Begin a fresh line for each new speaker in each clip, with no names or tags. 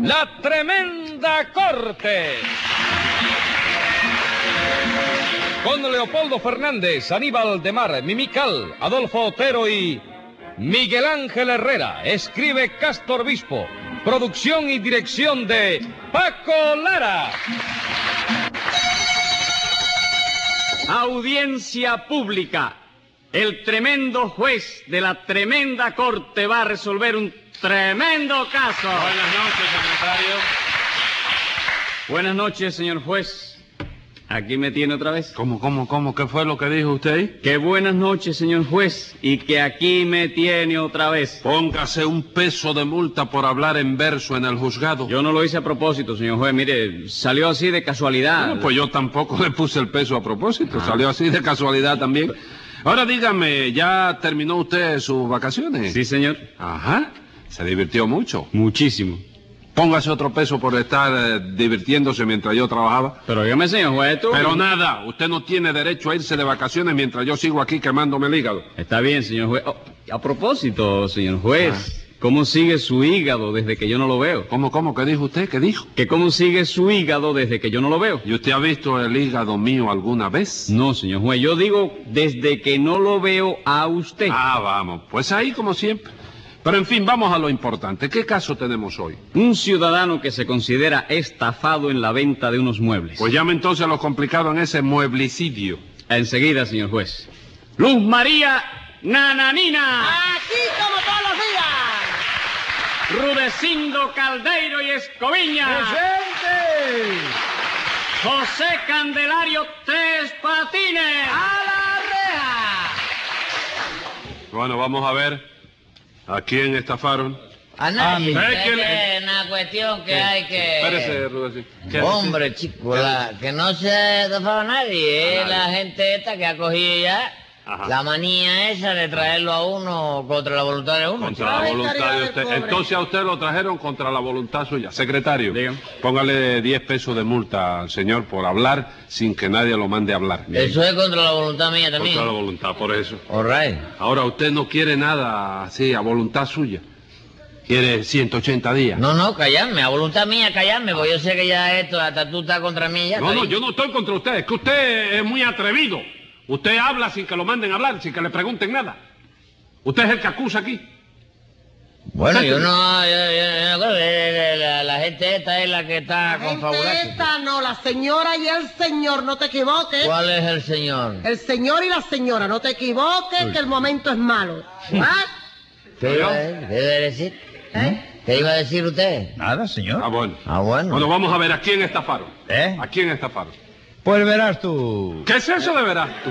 La Tremenda Corte. Con Leopoldo Fernández, Aníbal de Mar, Mimical, Adolfo Otero y Miguel Ángel Herrera. Escribe Castor Bispo. Producción y dirección de Paco Lara.
Audiencia pública. El tremendo juez de la tremenda corte va a resolver un tremendo caso.
Buenas noches, secretario.
Buenas noches, señor juez. Aquí me tiene otra vez.
¿Cómo, cómo, cómo? ¿Qué fue lo que dijo usted ahí?
Que buenas noches, señor juez, y que aquí me tiene otra vez.
Póngase un peso de multa por hablar en verso en el juzgado.
Yo no lo hice a propósito, señor juez. Mire, salió así de casualidad. Ah.
Bueno, pues yo tampoco le puse el peso a propósito. Salió así de casualidad también. Ahora dígame, ¿ya terminó usted sus vacaciones?
Sí, señor.
Ajá. Se divirtió mucho.
Muchísimo.
Póngase otro peso por estar eh, divirtiéndose mientras yo trabajaba.
Pero dígame, señor juez, tú...
Pero nada, usted no tiene derecho a irse de vacaciones mientras yo sigo aquí quemándome el hígado.
Está bien, señor juez. Oh, a propósito, señor juez,
Ah.
¿cómo sigue su hígado desde que yo no lo veo?
¿Cómo, cómo? ¿Qué dijo usted? ¿Qué dijo?
¿Que cómo sigue su hígado desde que yo no lo veo?
¿Y usted ha visto el hígado mío alguna vez?
No, señor juez, yo digo desde que no lo veo a usted.
Ah, vamos, pues ahí como siempre. Pero en fin, vamos a lo importante. ¿Qué caso tenemos hoy?
Un ciudadano que se considera estafado en la venta de unos muebles.
Pues llame entonces a lo complicado en ese mueblicidio.
Enseguida, señor juez. Luz María Nananina,
Aquí como todos los días.
Rudecindo Caldeiro y Escoviña. José Candelario Tres Patines.
Bueno, vamos a ver. ¿A quién estafaron?
A nadie.
Ah,
Es
que le-
que es una cuestión que hay que...
Espérese, Rudecindo. ¿Qué-
Hombre, chico, la- que no se ha estafado a nadie. Es la gente esta que ha cogido ya
Ajá.
la manía esa de traerlo a uno contra la voluntad de uno.
Contra la voluntad de usted. Entonces a usted lo trajeron contra la voluntad suya. Secretario,
Diga.
póngale 10 pesos de multa al señor por hablar sin que nadie lo mande a hablar.
Eso es contra la voluntad mía también.
Contra la voluntad, por eso.
All right.
Ahora usted no quiere nada así, a voluntad suya. Quiere 180 días.
No, no, callarme, a voluntad mía callarme, porque yo sé que ya esto, hasta tú estás contra mí ya.
no,
está
no,
bien.
yo no estoy contra usted. Es que usted es muy atrevido. Usted habla sin que lo manden a hablar, sin que le pregunten nada. Usted es el que acusa aquí.
Bueno, yo no, yo, yo- yo no creo que la, la gente esta es la que está
La
confabulándose.
gente esta no, la señora y el señor, no te equivoques.
¿Cuál es el señor?
El señor y la señora, no te equivoques, que el momento es malo. ¿Ah?
¿Qué iba, a decir? ¿Qué iba a decir? ¿Eh? ¿Qué iba a decir usted?
Nada, señor.
Ah, bueno.
Ah, bueno.
Bueno, vamos a ver a quién estafaron.
¿Eh?
¿A quién estafaron?
Pues verás tú.
¿Qué es eso de veras tú?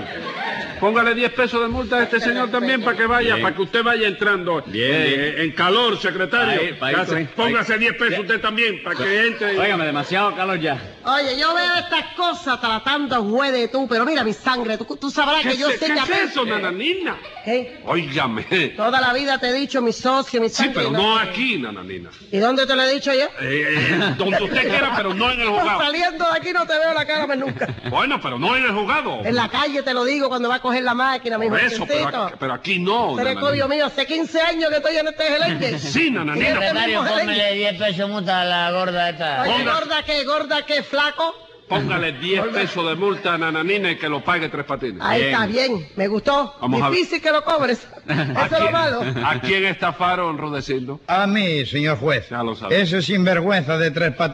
Póngale 10 pesos de multa a este señor también para que vaya,
Bien.
para que usted vaya entrando
Bien.
eh, en calor, secretario.
Ahí, paíto,
Gracias.
ahí.
Póngase 10 pesos usted también para que entre.
Óigame, demasiado calor ya.
Oye, yo veo estas cosas tratando güey de tú, pero mira mi sangre. Tú, tú sabrás
¿Qué,
que yo
es-
sé
qué
que a
es
ti-
eso, nananina?
¿Qué?
Óigame.
Toda la vida te he dicho mi socio, mi
Sí,
sangre.
pero no aquí, nananina.
¿Y dónde te lo he dicho yo?
Eh, eh, donde usted quiera, pero no en el juzgado.
Saliendo de aquí no te veo la cara más nunca.
Bueno, pero no en el juzgado.
En la calle te lo digo cuando va a coger la máquina, mi
Por eso, pero
jovencito.
aquí, pero aquí no.
Tú eres
nananina.
cobio mío, hace 15 años que estoy en este gelengue.
Sí, nananina.
Secretario,
mismo,
póngale 10 pesos multa a la gorda esta.
Oye,
Ponga-
gorda que, gorda que, flaco.
Póngale 10 pesos de multa a Nananina y que lo pague tres patines.
Ahí está, bien, me gustó.
Vamos a ver.
Difícil que lo cobres.
¿A
Eso es lo
quién-
malo.
¿A quién estafaron, Rudecindo?
A mí, señor juez.
Ya lo sabe.
Ese sinvergüenza de tres patas.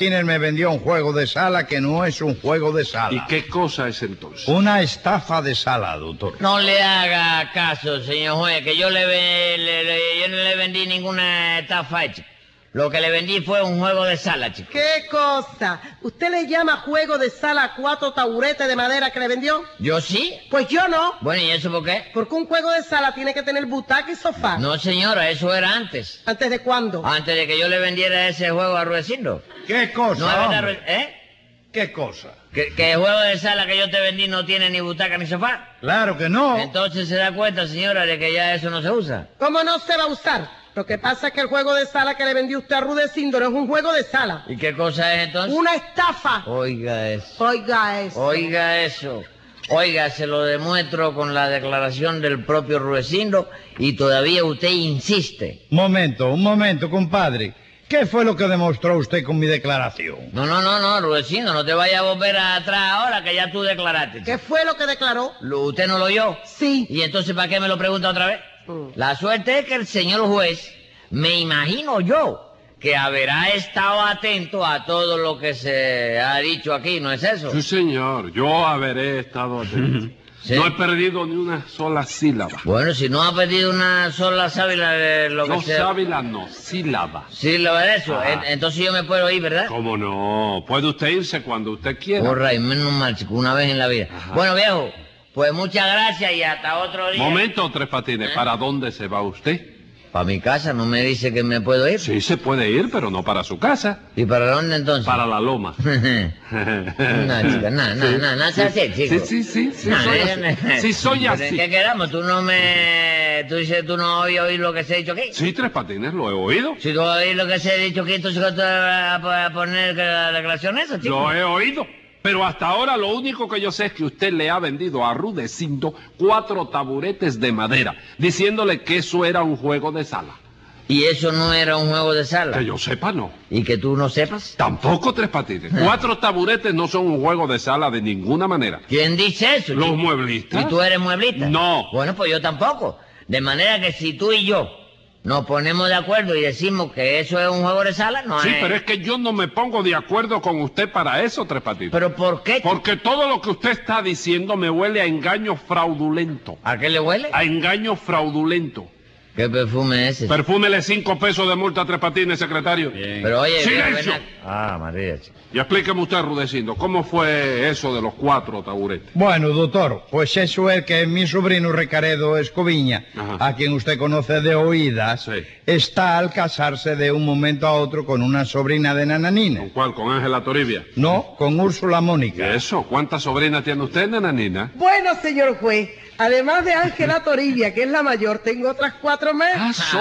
Martínez me vendió un juego de sala que no es un juego de
¿Y
sala.
qué cosa es entonces?
Una estafa de sala, doctor.
No le haga caso, señor juez, que yo, le, ve- le- le- yo no le vendí ninguna estafa, eh, chico. Lo que le vendí fue un juego de sala, chico.
¿Qué cosa? ¿Usted le llama juego de sala a cuatro taburetes de madera que le vendió?
¿Yo sí?
Pues yo no,
Bueno, ¿y eso por qué?
porque un juego de sala tiene que tener butaca y sofá.
No, señora, eso era antes.
¿Antes de cuándo?
Antes de que yo le vendiera ese juego a Ruecindo.
Ah, ¿Qué
No,
cosa,
es verdad,
Pues hombre?
Rue- ¿eh?
¿Qué cosa?
¿Que, que el juego de sala que yo te vendí no tiene ni butaca ni sofá.
Claro que no.
Entonces se da cuenta, señora, de que ya eso no se usa.
¿Cómo no se va a usar? Lo que pasa es que el juego de sala que le vendió usted a Rudecindo no es un juego de sala.
¿Y qué cosa es entonces?
Una estafa.
Oiga eso.
Oiga eso.
Oiga eso. Oiga, se lo demuestro con la declaración del propio Ruecindo y todavía usted insiste.
Momento, un momento, compadre. ¿Qué fue lo que demostró usted con mi declaración?
No, no, no, no, Ruecindo, no te vayas a volver atrás ahora que ya tú declaraste.
¿Qué fue lo que declaró?
Lo- ¿Usted no lo oyó?
Sí.
¿Y entonces para qué me lo pregunta otra vez? La suerte es que el señor juez, me imagino yo, que habrá estado atento a todo lo que se ha dicho aquí, ¿no es eso?
Sí, señor, yo haberé estado atento.
Sí.
No he perdido ni una sola sílaba.
Bueno, si no ha pedido una sola sábila de lo que
No
se...
sábila, no, sílaba.
Sí, lo de eso.
Ah.
En- Entonces yo me puedo ir, ¿verdad?
¿Cómo no? Puede usted irse cuando usted quiera.
Porra, y menos mal, chico, una vez en la vida. Bueno, viejo, pues muchas gracias y hasta otro día.
Momento, Tres Patines, ¿para dónde se va usted?
¿Para mi casa no me dice que me puedo ir?
Sí, se puede ir, pero no para su casa,
¿Y para dónde entonces?
para la loma.
No, chica, no, no, no, no seas así,
Sí,
chico.
sí, sí, sí,
No,
soy
no,
así.
no.
Sí, soy
Pero ¿En
así.
qué quedamos? ¿Tú no me... tú dices, tú no oyes oír lo que se ha dicho aquí?
Sí, Tres Patines, lo he oído.
Si tú oyes lo que se ha dicho aquí, entonces ¿cómo te vas a po- a poner la declaración esa, chico.
Lo he oído. Pero hasta ahora lo único que yo sé es que usted le ha vendido a Rudecindo cuatro taburetes de madera, diciéndole que eso era un juego de sala.
¿Y eso no era un juego de sala?
Que yo sepa, no.
¿Y que tú no sepas?
Tampoco tres patines. Cuatro taburetes no son un juego de sala de ninguna manera.
¿Quién dice eso?
Los
chico?
mueblistas.
¿Y tú eres mueblista?
No.
Bueno, pues yo tampoco. De manera que si tú y yo nos ponemos de acuerdo y decimos que eso es un juego de sala, no
Sí,
es...
pero es que yo no me pongo de acuerdo con usted para eso, Tres Patines.
¿Pero por qué?
Porque todo lo que usted está diciendo me huele a engaño fraudulento.
¿A qué le huele?
A engaño fraudulento.
¿Qué perfume es ese?
Perfúmele cinco pesos de multa a Tres Patines, secretario.
Pero oye...
¡Silencio!
ven acá. Ah, María, chico.
Y explíqueme usted, Rudecindo, ¿cómo fue eso de los cuatro taburetes?
Bueno, doctor, pues eso es que mi sobrino Ricaredo Escoviña,
Ah,
a quien usted conoce de oídas, está al casarse de un momento a otro con una sobrina de Nananina.
¿Cuál? ¿Con Ángela Toribia?
No, con Úrsula Mónica.
Eso, ¿cuántas sobrinas tiene usted, nananina?
Bueno, señor juez, además de Ángela Toribia, que es la mayor, tengo otras cuatro más.
Ah, son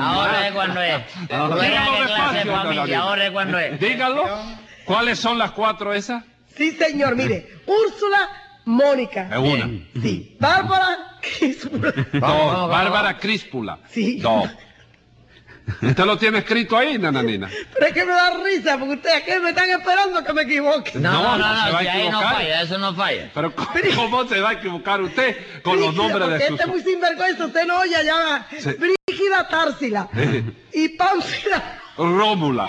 Ah, Ahora es cuando es,
cuatro más.
ahora es
Ahora
cuando es. Mira
dígalo
qué clase de
despacio,
familia,
Catalina.
ahora es cuando es.
Dígalo. ¿Cuáles son las cuatro esas?
Sí, señor, mire, Úrsula, Mónica.
Es una.
Sí. Bárbara,
Dos. Bárbara Críspula.
Sí.
Dos. ¿Usted lo tiene escrito ahí, nananina?
pero es que me da risa, porque ustedes que me están esperando que me equivoque.
No, no, no,
no se va
no,
a
si ahí no
equivocar.
falla, eso no falla.
Pero ¿cómo se va a equivocar usted con los
Brígida,
nombres
porque
de sus...
este es muy sinvergüenza, usted no oye allá.
Sí.
Brígida Társila y Pámsila.
Rómula.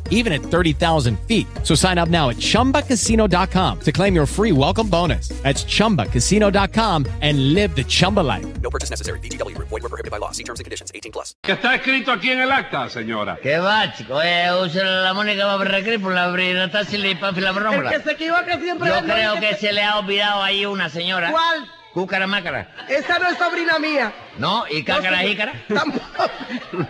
even at 30,000 feet. So sign up now at chumbacasino.com to claim your free welcome bonus. That's chumbacasino.com and live the Chumba life.
No purchase necessary. VGW Group. Void were prohibited by law. See terms and conditions. 18 plus.
Que está escrito aquí en el acta, señora.
¿Qué va, chico? Oye, usa la Mónica va a por la brida tácil y papi la
El
brómula.
que se equivoca siempre es
Yo
el nombre
creo que se le ha olvidado ahí una señora.
¿Cuál?
Cúcara mácara.
Esa no es sobrina mía.
No, y cácara
señor.
jícara.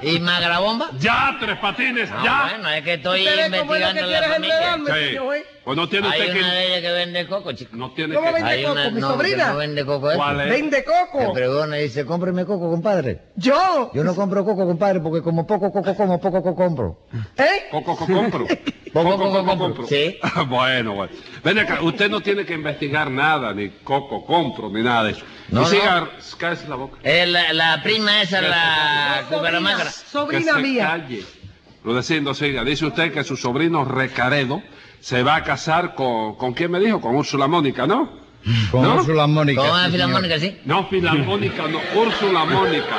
Y magrabomba.
Ya, Tres Patines,
No,
ya.
bueno, es que estoy
¿Ustedes cómo es lo que
investigando la
quieres
familia.
enredarme,
Sí.
señor juez?
Pues no tiene
Hay
usted
una
que...
de ellas que vende coco, chico.
No tiene
¿Cómo
que...
vende
Hay
coco,
una,
mi
no, que
sobrina?
no vende coco.
¿Cuál es?
Vende coco.
Te pregona y dice, cómpreme coco, compadre.
Yo,
Yo no compro coco, compadre, porque como poco coco como, poco coco compro.
¿eh?
Ah, Coco, coco, compro.
Coco,
Coco,
coco,
coco,
compro.
compro.
Sí.
bueno, bueno. Ven acá, usted no tiene que investigar nada, ni coco, compro, ni nada de eso.
No,
y
no.
siga, cállese la boca.
Eh, la, la prima esa, la cúcara
Sobrina,
mácara.
sobrina
que se
mía.
calle. Lo diciendo, siga. Dice usted que su sobrino Recaredo se va a casar con... ¿Con quién me dijo? Con Úrsula Mónica, ¿no?
Con
¿No?
Úrsula Mónica.
Con la
sí, señor.
filarmónica, sí.
No, Filarmónica, no. Úrsula Mónica.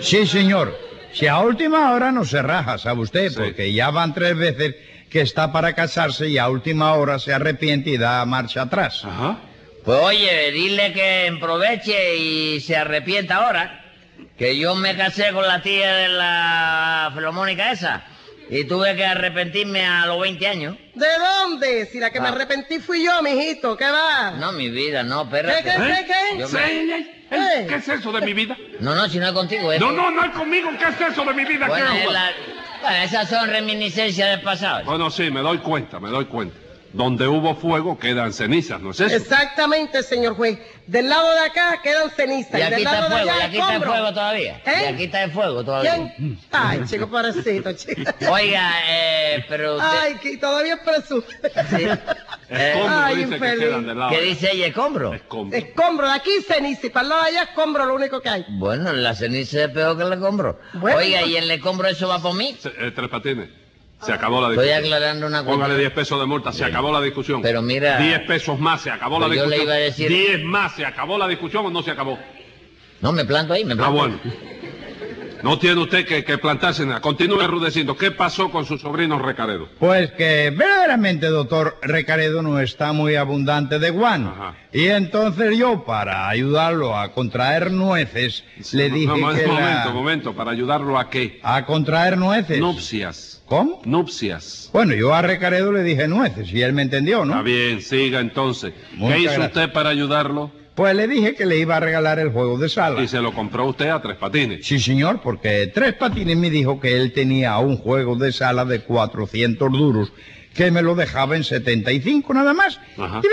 Sí, señor. Si a última hora no se raja, ¿sabe usted? Porque ya van tres veces que está para casarse y a última hora se arrepiente y da marcha atrás.
Ajá.
Pues oye, dile que aproveche y se arrepienta ahora. que yo me casé con la tía de la filomónica esa y tuve que arrepentirme a los 20 años.
¿De dónde? Si la que me
Ah.
arrepentí fui yo, mijito, ¿qué va?
No, mi vida, no, espérate.
¿Qué, qué,
¿Eh?
qué, qué?
Yo
Sí,
me- ¿Eh?
Ey.
¿Qué es eso de mi vida?
No, no, si no es contigo. Es
No,
que-
no, no es conmigo. ¿Qué es eso de mi vida?
¿Eh? Bueno,
¿Qué
es
es?
la- bueno, esas son reminiscencias del pasado.
Bueno, sí, me doy cuenta, me doy cuenta. Donde hubo fuego quedan cenizas, ¿no es eso?
Exactamente, señor juez. Del lado de acá quedan cenizas.
Y
del
aquí está
lado
el
de
fuego,
allá,
y aquí está el
escombros.
fuego todavía.
¿Eh?
Y aquí está el fuego todavía.
¿Quién? Ay, chico, pobrecito, chico.
Oiga, eh, pero usted-
Ay, que todavía es presunto.
Eh,
Escombros
Ay,
dice que
infeliz.
quedan del lado.
¿Qué dice ella? ¿Escombro?
Escombro, de aquí ceniza y para el lado de allá escombro, lo único que hay.
Bueno, la ceniza es peor que el escombro.
Bueno.
Oiga, ¿y el escombro eso va por mí?
Se- eh, tres patines. Se acabó la
Estoy
discusión.
aclarando una cosa.
Póngale 10 pesos de multa, se acabó la discusión.
Pero mira-
10 pesos más, se acabó la
Pero yo le
discusión.
iba a decir-
10 más, se acabó la discusión o no se acabó.
No, me planto ahí, me
Ah,
planto.
bueno. No tiene usted que, que plantarse nada. Continúe enrudeciendo. ¿Qué pasó con su sobrino Recaredo?
Pues que verdaderamente, doctor Recaredo no está muy abundante de guano. Y entonces yo, para ayudarlo a contraer nueces, le dije
No, no,
que la-
momento, momento, para ayudarlo a qué?
a contraer nueces.
Nupcias.
¿Cómo?
Nupcias.
Bueno, yo a Recaredo le dije nueces y él me entendió, ¿no?
Está bien, siga entonces.
Muchas
¿Qué hizo
gracias.
usted para ayudarlo?
Pues le dije que le iba a regalar el juego de sala.
Y se lo compró usted a Tres Patines.
Sí, señor, porque Tres Patines me dijo que él tenía un juego de sala de 400 duros, que me lo dejaba en 75 nada más. Y verdaderamente,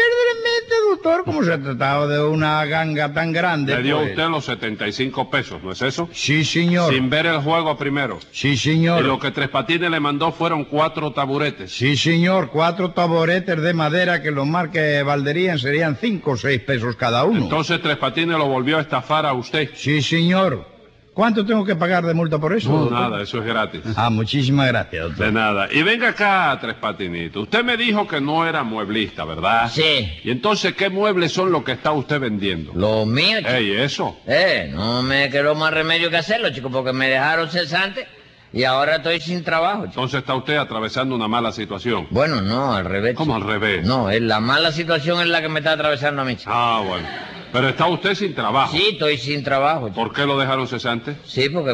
doctor, como se trataba de una ganga tan grande...
Le dio
pues-
usted los 75 pesos, ¿no es eso?
Sí, señor.
Sin ver el juego primero.
Sí, señor.
Y lo que Tres Patines le mandó fueron cuatro taburetes.
Sí, señor, cuatro taboretes de madera que los más que valdrían serían cinco o seis pesos cada uno.
Entonces Tres Patines lo volvió a estafar a usted.
Sí, señor. ¿Cuánto tengo que pagar de multa por eso? doctor?
nada, eso es gratis.
Ah, muchísimas gracias, doctor.
De nada. Y venga acá, Tres Patinitos. Usted me dijo que no era mueblista, ¿verdad?
Sí.
¿Y entonces qué muebles son los que está usted vendiendo?
Los míos. chico.
Ey, eso.
Eh, no me quedó más remedio que hacerlo, chico, porque me dejaron cesante y ahora estoy sin trabajo, chico.
Entonces está usted atravesando una mala situación.
Bueno, no, al revés.
¿Cómo al revés?
No, es la mala situación es la que me está atravesando a mí, chico.
Ah, bueno. Pero está usted sin trabajo.
Sí, estoy sin trabajo, chico.
¿Por qué lo dejaron cesante?
Sí, porque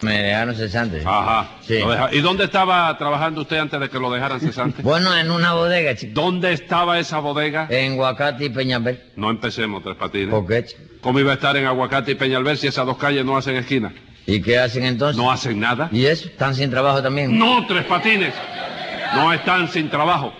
me dejaron cesante. chico.
Ajá.
Sí.
Lo deja- ¿Y dónde estaba trabajando usted antes de que lo dejaran cesante?
Bueno, en una bodega, chico.
¿Dónde estaba esa bodega?
En Guacate y Peñabel.
No empecemos, Tres Patines.
¿Por qué, chico?
¿Cómo iba a estar en Aguacate y Peñalver si esas dos calles no hacen esquina?
¿Y qué hacen entonces?
¿No hacen nada?
¿Y eso? ¿Están sin trabajo también?
No, Tres Patines. No están sin trabajo.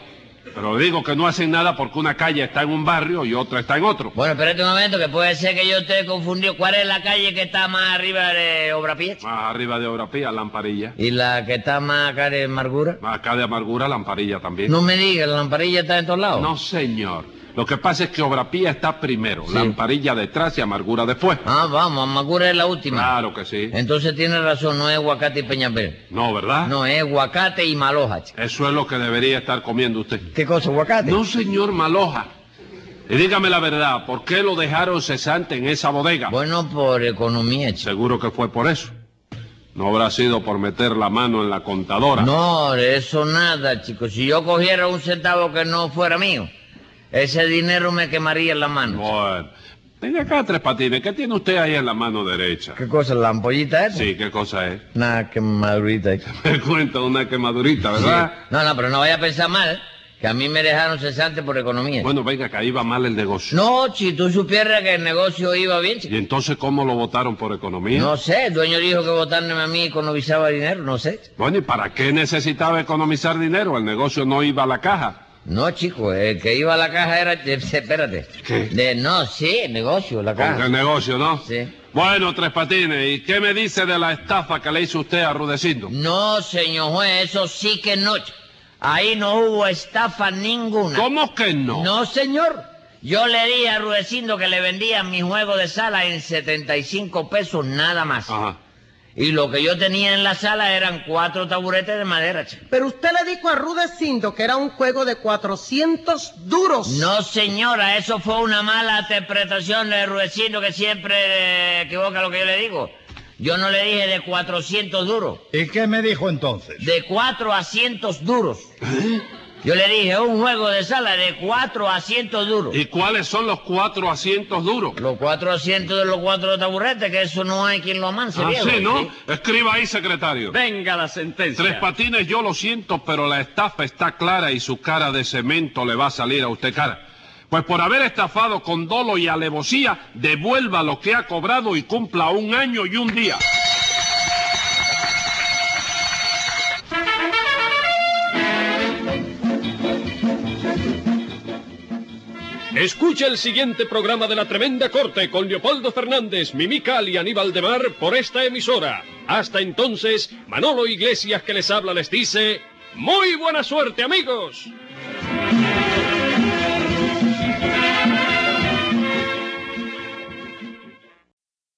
Pero digo que no hacen nada porque una calle está en un barrio y otra está en otro.
Bueno, espérate un momento, que puede ser que yo esté confundido. ¿Cuál es la calle que está más arriba de Obra Pía, chico?
Más arriba de Obra Pía, Lamparilla.
¿Y la que está más acá de Amargura?
Más acá de Amargura, Lamparilla también.
No me digas, la lamparilla está en todos lados.
No, señor. Lo que pasa es que Obra Pía está primero, Lamparilla detrás y Amargura después.
Ah, vamos, Amargura es la última.
Claro que sí.
Entonces tiene razón, no es Guacate y Peñabel.
No, ¿verdad?
No, es Guacate y Maloja, chico.
Eso es lo que debería estar comiendo usted.
¿Qué cosa, Guacate?
No, señor Maloja. Y dígame la verdad, ¿por qué lo dejaron cesante en esa bodega?
Bueno, por economía, chico.
Seguro que fue por eso. No habrá sido por meter la mano en la contadora.
No, de eso nada, chico. Si yo cogiera un centavo que no fuera mío, ese dinero me quemaría en la mano.
Bueno. Venga acá, Tres Patines, ¿qué tiene usted ahí en la mano derecha?
¿Qué cosa, la ampollita esa?
Sí, ¿qué cosa es?
Una quemadurita.
Me cuenta una quemadurita, ¿verdad?
Ah. No, no, pero no vaya a pensar mal. Que a mí me dejaron cesante por economía.
Bueno, venga, que ahí va mal el negocio.
No, si tú supieras que el negocio iba bien, chico.
¿Y entonces cómo lo votaron por economía?
No sé, el dueño dijo que votarme a mí economizaba dinero, no sé.
Bueno, ¿y para qué necesitaba economizar dinero? El negocio no iba a la caja.
No, chico, el que iba a la caja era... eh, Espérate. De, no, sí, el negocio, la
Con
caja.
el negocio, ¿no?
Sí.
Bueno, Tres Patines, ¿y qué me dice de la estafa que le hizo usted a Rudecindo?
No, señor juez, eso sí que no. chico. Ahí no hubo estafa ninguna.
¿Cómo que no?
No, señor. Yo le dije a Rudecindo que le vendían mi juego de sala en 75 pesos nada más. Y lo que yo tenía en la sala eran cuatro taburetes de madera, chico.
Pero usted le dijo a Rudecindo que era un juego de 400 duros.
No, señora, eso fue una mala interpretación de Rudecindo que siempre eh, equivoca lo que yo le digo. Yo no le dije de 400 duros.
¿Y qué me dijo entonces?
De 4 a 100 duros. Yo le dije un juego de sala de 4 a 100 duros.
¿Y cuáles son los cuatro asientos duros?
Los cuatro asientos de los cuatro taburetes, que eso no hay quien lo amance,
Ah,
viejo.
sí, ¿no? Escriba ahí, secretario.
Venga la sentencia.
Tres Patines, yo lo siento, pero la estafa está clara y su cara de cemento le va a salir a usted cara. Pues por haber estafado con dolo y alevosía, devuelva lo que ha cobrado y cumpla un año y un día.
Escucha el siguiente programa de La Tremenda Corte con Leopoldo Fernández, Mimical y Aníbal de Mar por esta emisora. Hasta entonces, Manolo Iglesias que les habla les dice, ¡Muy buena suerte amigos!